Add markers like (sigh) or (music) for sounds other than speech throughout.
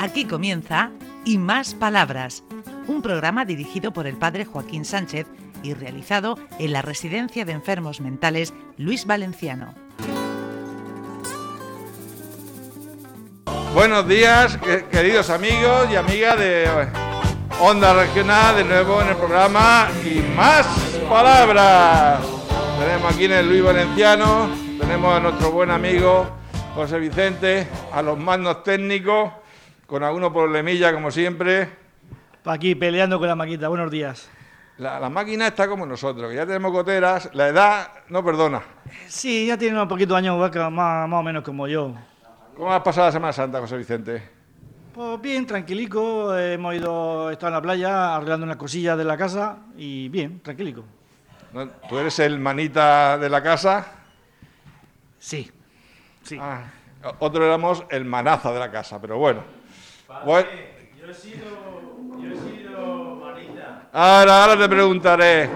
Aquí comienza Y Más Palabras, un programa dirigido por el padre Joaquín Sánchez y realizado en la Residencia de Enfermos Mentales Luis Valenciano. Buenos días, que- queridos amigos y amigas de Onda Regional, de nuevo en el programa y más palabras. Tenemos aquí en el Luis Valenciano, tenemos a nuestro buen amigo José Vicente, a los mandos técnicos, con algunos problemillas como siempre. Pa' Aquí peleando con la maquita, buenos días. La, la máquina está como nosotros, que ya tenemos goteras, la edad no perdona. Sí, ya tiene un poquito de años, hueca, más, más o menos como yo. ¿Cómo has pasado la Semana Santa, José Vicente? Pues bien, tranquilico, eh, hemos ido, he estado en la playa arreglando unas cosillas de la casa y bien, tranquilico. ¿No- ¿Tú eres el manita de la casa? Sí. Sí. Ah, otro éramos el manaza de la casa, pero bueno. Bueno, Yo he sido, yo he sido manita. ahora, ahora te preguntaré,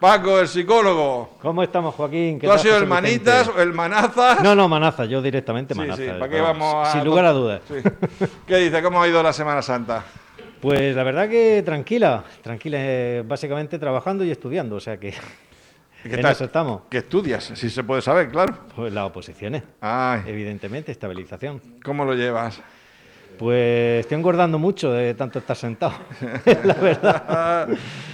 Paco, el psicólogo, ¿Cómo estamos, Joaquín? ¿Qué ¿tú has tal, sido José el manitas Vicente? o el manaza? No, no, manaza, yo directamente Sí, manaza. sí, ¿para vamos, qué vamos a- Sin lugar a dudas. Sí. ¿Qué dice? ¿Cómo ha ido la Semana Santa? Pues la verdad que tranquila, tranquila, eh, básicamente trabajando y estudiando, o sea que (laughs) ¿Qué en tal? eso estamos. ¿Qué estudias? Si se puede saber, claro. Pues las oposiciones, Eh. Ay, evidentemente, estabilización. ¿cómo lo llevas? Pues estoy engordando mucho de tanto estar (laughs) sentado, la verdad.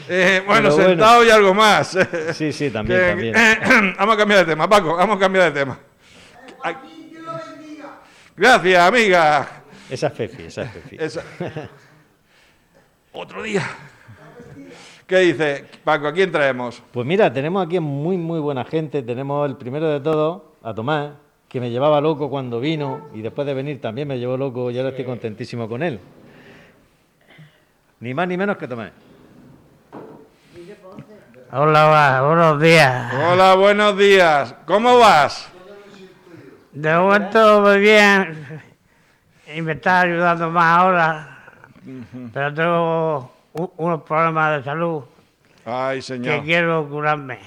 Eh, bueno, Pero bueno. sentado y algo más. Sí, sí, también, Que- eh, también. (coughs) vamos a cambiar de tema, Paco, vamos a cambiar de tema. Gracias, amiga. (laughs) Esa es Fefi, esa es Fefi. Esa- Otro día. ¿Qué dice Paco? ¿A quién traemos? Pues mira, tenemos aquí muy, muy buena gente. Tenemos el primero de todos, a Tomás, que me llevaba loco cuando vino y después de venir también me llevó loco y ahora estoy contentísimo con él. Ni más ni menos que Tomás. Hola, va, buenos días. Hola, buenos días. ¿Cómo vas? De momento muy bien. Y me está ayudando más ahora. Pero tengo u- unos problemas de salud Ay, que señor. quiero curarme.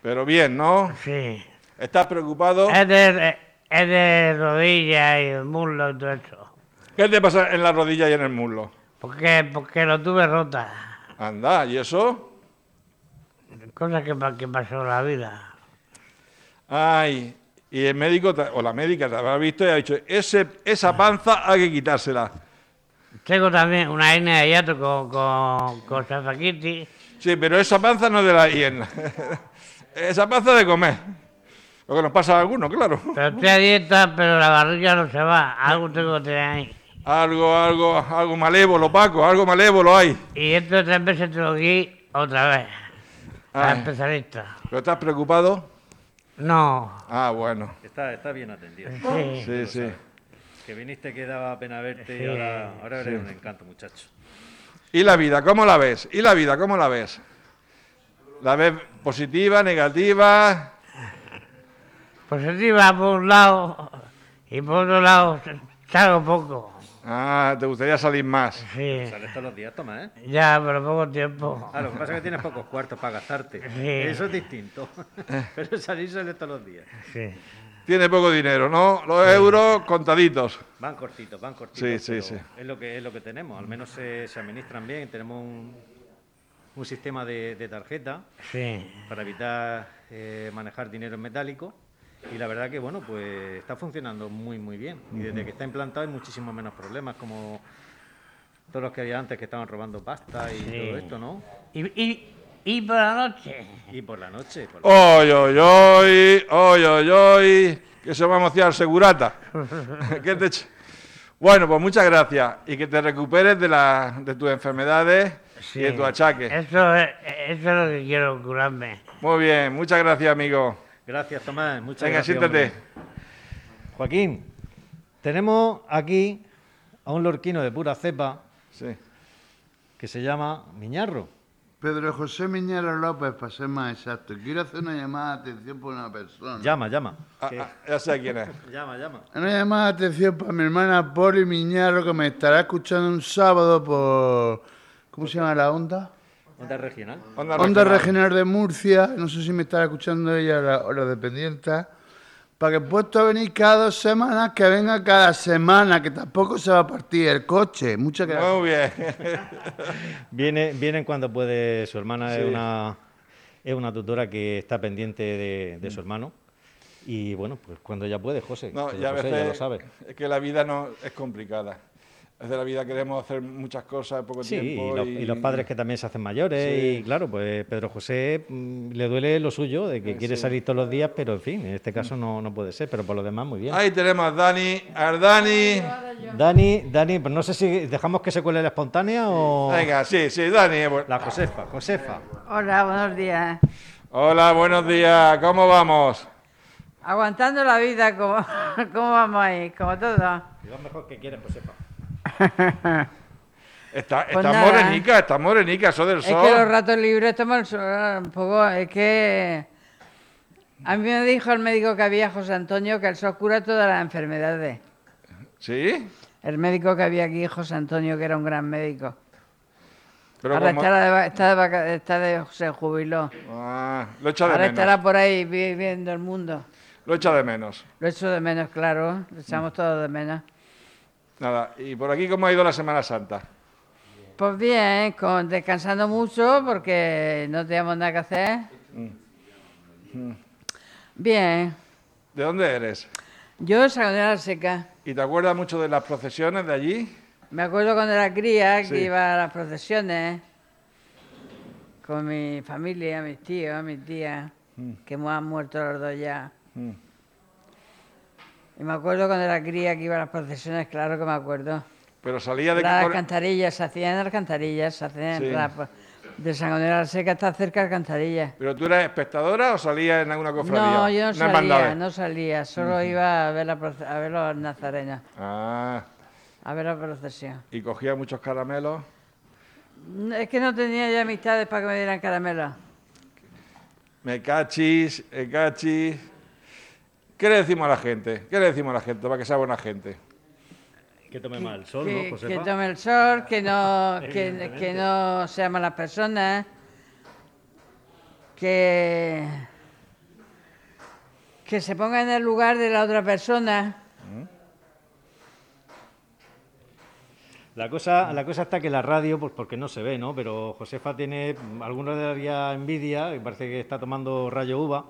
Pero bien, ¿no? Sí. ¿Estás preocupado? Es de, es de rodillas y el muslo y todo eso. ¿Qué te pasa en la rodilla y en el muslo? Porque, porque lo tuve rota. Anda, ¿y eso? Cosas que, pa- que pasó en la vida. Ay, y el médico te- o la médica te habrá visto y ha dicho, Ese, esa panza hay que quitársela. Tengo también una hernia de hiato con, con, con Sasakiti. Sí, pero esa panza no es de la hiena. (laughs) esa panza es de comer. Lo que nos pasa a algunos, claro. Pero estoy a dieta, pero la barriga no se va. Algo tengo que tener ahí. Algo, algo, algo malévolo, Paco, algo malévolo hay. Y dentro de tres meses te lo di otra vez. Ay. Al especialista. ¿Pero estás preocupado? No. Ah, bueno. Está, está bien atendido. Sí. Sí, sí. Que viniste que daba pena verte Sí, ahora- eres un encanto, muchacho. ¿Y la vida, cómo la ves? ¿Y la vida, cómo la ves? ¿La ves positiva, negativa? Positiva por un lado y por otro lado salgo poco. Ah, te gustaría salir más. Sí. todos los días, Tomás, ¿eh? Ah, Ya, pero poco tiempo. lo que pasa es que tienes pocos cuartos para gastarte. Sí. Eso es distinto. (laughs) Pero salir sale todos los días. Sí. Tiene poco dinero, ¿no? Los euros contaditos. Van cortitos, van cortitos. Sí, sí, pero sí. Es lo que es lo que tenemos. Al menos se, se administran bien. Tenemos un, un sistema de, de tarjeta Sí. para evitar eh, manejar dinero en metálico. Y la verdad que bueno, pues está funcionando muy muy bien. Y desde que está implantado hay muchísimos menos problemas, como todos los que había antes que estaban robando pasta y todo esto, ¿no? Y, y, y por la noche. Y por la noche, por la- ¡Oy, oy, oy! ¡Oy, oy, oy! Que se va a mociar (laughs) segurata. ¿Qué te ch- Bueno, pues muchas gracias. Y que te recuperes de, la- de tus enfermedades Sí. y de tus achaques. Eso es, eso es lo que quiero curarme. Muy bien, muchas gracias, amigo. Gracias, Tomás. Muchas Venga, gracias. siéntate. hombre. Joaquín, tenemos aquí a un lorquino de pura cepa Sí. que se llama Miñarro. Pedro José Miñero López, para ser más exacto, quiero hacer una llamada de atención por una persona. Llama, llama. Ah, ah, ya sé quién es. Llama, llama. Una llamada de atención para mi hermana Poli Miñero, que me estará escuchando un sábado por... ¿Cómo se llama la onda? Onda regional. Onda Regional de Murcia, no sé si me estará escuchando ella o la, o la dependienta, para que puesto a venir cada dos semanas, que venga cada semana, que tampoco se va a partir el coche. Muchas gracias. Muy (laughs) bien. Viene, vienen cuando puede. Su hermana es, una, es una tutora que está pendiente de, de su hermano. Y bueno, pues cuando ya puede, José. No, que ya, eh, a José veces ya lo sabe. Es que la vida no es complicada. Es de la vida queremos hacer muchas cosas en poco Sí, y, tiempo. los- y los padres que también se hacen mayores. Sí. Y claro, pues Pedro José mm, le duele lo suyo, de que Eh, quiere salir todos los días, pero en fin, en este caso no, no puede ser. Pero por lo demás, muy bien. Ahí tenemos a Dani. A Dani. Dani, Dani, pues no sé si dejamos que se cuele la espontánea o. Venga, sí, sí, Dani. eh, bueno. La Josefa, Josefa. Hola, buenos días. Hola, buenos días. ¿Cómo vamos? Aguantando la vida, como, ¿cómo (laughs) vamos ahí? Como todo. Lo mejor que quieres, Josefa. Está, está Pues nada. morenica, está morenica, eso del Es sol. que los ratos libres toman el sol eh, un poco. Es que. A mí me dijo el médico que había, José Antonio, que el sol cura todas las enfermedades. Sí, El médico que había aquí, José Antonio, que era un gran médico. pero Ahora como- estará de va- está de, vaca- está de- se jubiló. Ah, lo echa de Ahora menos. estará por ahí vi- viendo el mundo. Lo echa de menos. Lo echo de menos, claro. Lo echamos Mm. todos de menos. Nada, y por aquí, ¿cómo ha ido la Semana Santa? Pues bien, con, descansando mucho porque no teníamos nada que hacer. Bien, ¿De dónde eres? yo Sagonera Seca. ¿Y te acuerdas mucho de las procesiones de allí? Me acuerdo cuando era cría que Sí. iba a las procesiones con mi familia, mis tíos, mis tías, Mm. que mu- han muerto los dos ya. Y me acuerdo cuando era cría que iba a las procesiones, claro que me acuerdo. Pero salía de... qué Las col- alcantarillas, se hacían alcantarillas, se hacían Sí. las pro- de Sagonera Seca está cerca de alcantarillas. ¿Pero tú eras espectadora o salías en alguna cofradía? No, yo no Una salía, hermandad. no salía, solo iba a ver, la, proce- a ver los nazarenos, Ah, a ver la procesión. y cogía muchos caramelos. No, Es que no tenía ya amistades para que me dieran caramelo. Me cachis, me cachis. ¿Qué le decimos a la gente? ¿Qué le decimos a la gente para que sea buena gente? Que tome mal el sol, ¿no, Pues Que, que Josefa? tome el sol, que (laughs) no, que, que no sean malas personas, que, que se ponga en el lugar de la otra persona. La cosa, la cosa está que la radio, pues porque no se ve, ¿no? Pero Josefa tiene mm, alguna de había envidia, y parece que está tomando rayo uva,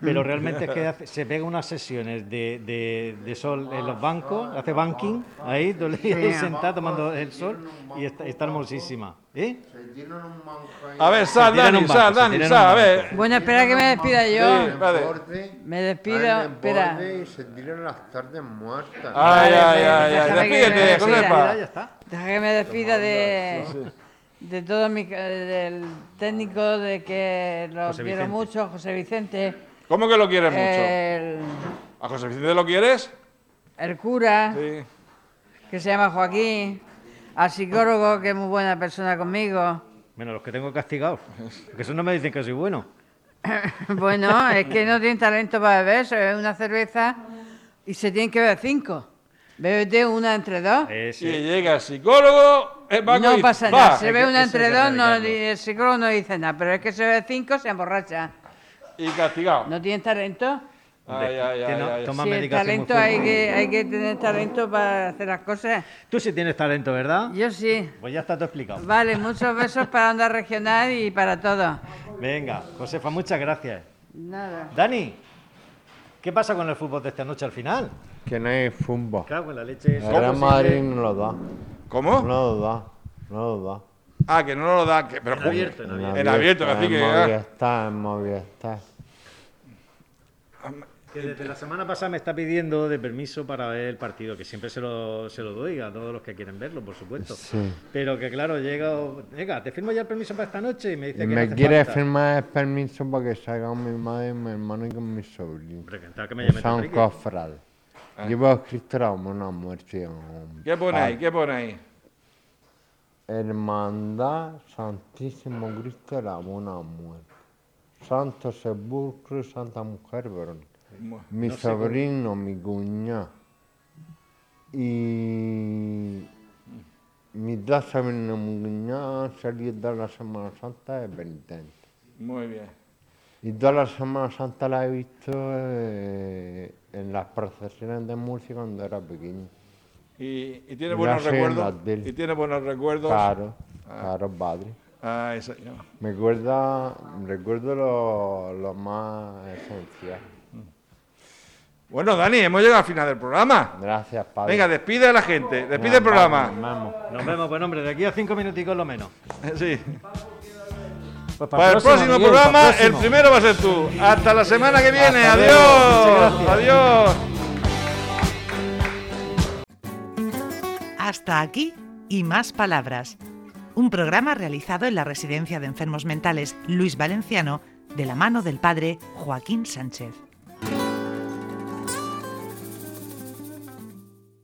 pero realmente es que hace- se pega unas sesiones de, de- de sol en los bancos, hace banking, ahí, todo el (laughs) día ahí sentada tomando el sol y está, está hermosísima. ¿Eh? A ver, sal, tiran Dani, un banco, sal, se Dani, tiran sal, un a banco. ver. Bueno, espera que me despida yo. Sí. Vale. Borde, Me despido, ahí en el espera. borde Y se tiran las tardes Ah, muertas. Ay, ay, Vale, ay, ay, déjame que despídete, me Josefa. despida. Deja que me despida de, de todo mi, del técnico de que lo José quiero Vicente. mucho, José Vicente, ¿Cómo que lo quieres mucho? el, ¿A José Vicente lo quieres? el cura, Sí. que se llama Joaquín, al psicólogo, que es muy buena persona conmigo. (laughs) Menos los que tengo castigados, (laughs) que eso no me dicen que soy bueno. Bueno, es que no tiene talento para beber, se bebe una cerveza y se tienen que beber cinco. Bébete una entre dos. Eh, Y Ese- llega el psicólogo, eh, va No con- pasa va. nada, se hay ve que- una eso hay entre que dos, no, erradicarlo. el psicólogo no dice nada, pero es que se ve cinco, se emborracha. Y castigado. ¿No tienes talento? Ay, ay, que ay, no, ay. toma Si el medicación muy talento hay fuerte. que, hay que tener talento para hacer las cosas. Tú sí tienes talento, ¿verdad? Yo sí. Pues ya está todo explicado. Vale, muchos besos para Onda Regional y para todos. Venga, Josefa, muchas gracias. Nada. Dani, ¿qué pasa con el fútbol de esta noche al final? Que no hay fumbo. Cago en la leche. El Real Madrid no lo da. ¿Cómo? No lo da. No lo da. Ah, que no lo da. Que, pero, abierto, en abierto. En abierto, así que- ah. En Movistar, en Movistar. Que desde la semana pasada me está pidiendo de permiso para ver el partido, que siempre se lo, se lo doy a todos los que quieren verlo, por supuesto. Sí. Pero que claro, llega, venga, te firmo ya el permiso para esta noche y me dice Y que no me hace quiere falta. firmar el permiso para que salga con mi madre, mi hermano y con mi sobrino. Hombre, que tal que me llame Son Enrique. Ah. cofrades. Llevo Cristo la una muerte. y un ¿Qué pone ahí? padre. ¿Qué pone ahí? Hermandad Santísimo Cristo de la Buena Muerte. Santo Sepulcro y Santa Mujer Verónica. Mu- Mi sobrino, mi cuñado. Y mis dos sobrinos, mi cuñado, han salido de la Semana Santa de penitente. Muy bien. Y toda la Semana Santa la he visto eh, en las procesiones de Murcia cuando era pequeño. Y, y tiene Ya buenos sé, recuerdos. las del- Y tiene buenos recuerdos. Claro, Ah. claro, padre. Ay, señor. Me recuerda, recuerdo lo, lo más esencial. Bueno, Dani, hemos llegado al final del programa. Gracias, padre. Venga, despide a la gente. Nos Despide el programa. vamos, nos vamos. Nos vemos, pues hombre, de aquí a cinco minuticos lo menos. (laughs) Sí. Pues Para el próximo Miguel, para programa, el próximo. primero va a ser tú. Hasta la semana que viene. Hasta luego. Adiós. Muchas gracias. Adiós. Hasta aquí y más palabras. Un programa realizado en la Residencia de Enfermos Mentales Luis Valenciano de la mano del padre Joaquín Sánchez.